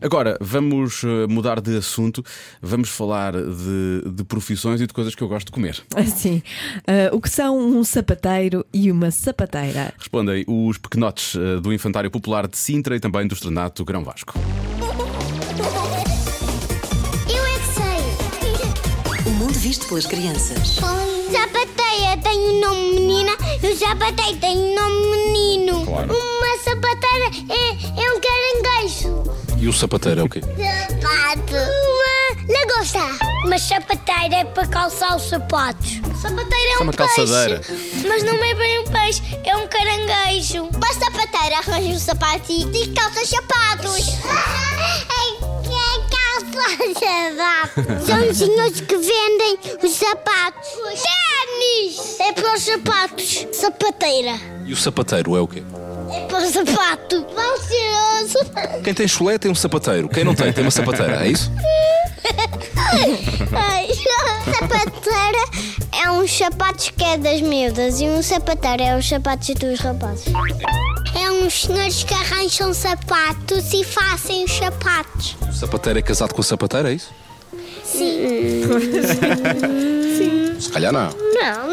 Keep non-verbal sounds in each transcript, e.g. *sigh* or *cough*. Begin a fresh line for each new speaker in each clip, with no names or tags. Agora, vamos eh, mudar de assunto. Vamos falar de, de profissões e de coisas que eu gosto de comer.
*laughs* Assim, ah, o que são um sapateiro e uma sapateira?
Respondem os pequenotes eh, do Infantário Popular de Sintra e também do Estrenato Grão Vasco.
Eu é que sei.
O mundo visto pelas crianças.
Já bateia tem um nome menina, eu já batei tem nome menino.
Claro.
Uma sapateira é, é um caranguejo.
E o
*laughs*
sapateiro é o quê?
Sapato. Uma lagosta. Uma sapateira é para calçar os sapatos. Sapateira é
é
um
uma calçadeira.
peixe. Mas não é bem um peixe, é um caranguejo. Para sapateira arranja um sapato e diz calça sapatos. É São os senhores que vendem os sapatos. Tênis! É para os sapatos. Sapateira.
E o sapateiro é o quê?
É para o sapato. Vão ser
Quem tem chulé tem um sapateiro. Quem não tem, tem uma sapateira. É isso?
*laughs* Ai, sapateira é uns sapatos que é das miúdas e um sapateiro é os sapatos dos rapazes. É uns senhores que arranjam sapatos e fazem os sapatos.
O sapateiro é casado com a sapateira, é isso? Sim. Sim. Se calhar não.
Não.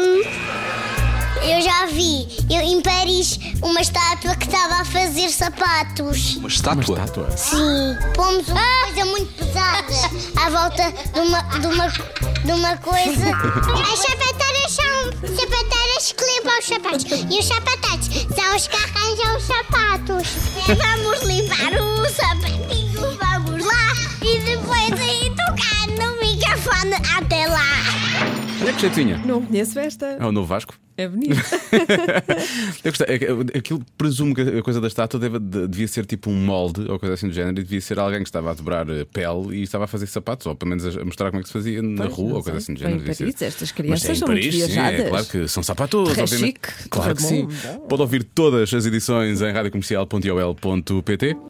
Eu já vi eu, em Paris uma estátua que estava a fazer sapatos.
Uma estátua.
Sim. Pomos uma coisa muito pesada à volta de uma, de uma, de uma coisa. As sapateiras são sapateiras que limpam os sapatos. E os sapatos são os que arranjam os sapatos. Vamos limpar o sapatinho, vamos lá. E depois aí tocar no microfone até lá.
Olha é que jeitinho.
Não conheço esta.
É o novo Vasco.
É bonito.
Eu gostei. Aqu- Aquilo presumo que a coisa da estátua deve- de- devia ser tipo um molde ou coisa assim do género, e devia ser alguém que estava a dobrar eh, pele e estava a fazer sapatos, ou pelo menos a a mostrar como é que se fazia na
Pois,
rua
não
ou coisa assim
sei.
do género.
Foi
devia
em
ser.
Paris, estas
Mas
crianças
é em
são
Paris,
muito
sim, é
viajadas.
claro que são sapatos,
Très
obviamente.
chique,
Claro
très
que sim.
bom, bom.
Pode ouvir todas as edições em radiocomercial.ol.pt.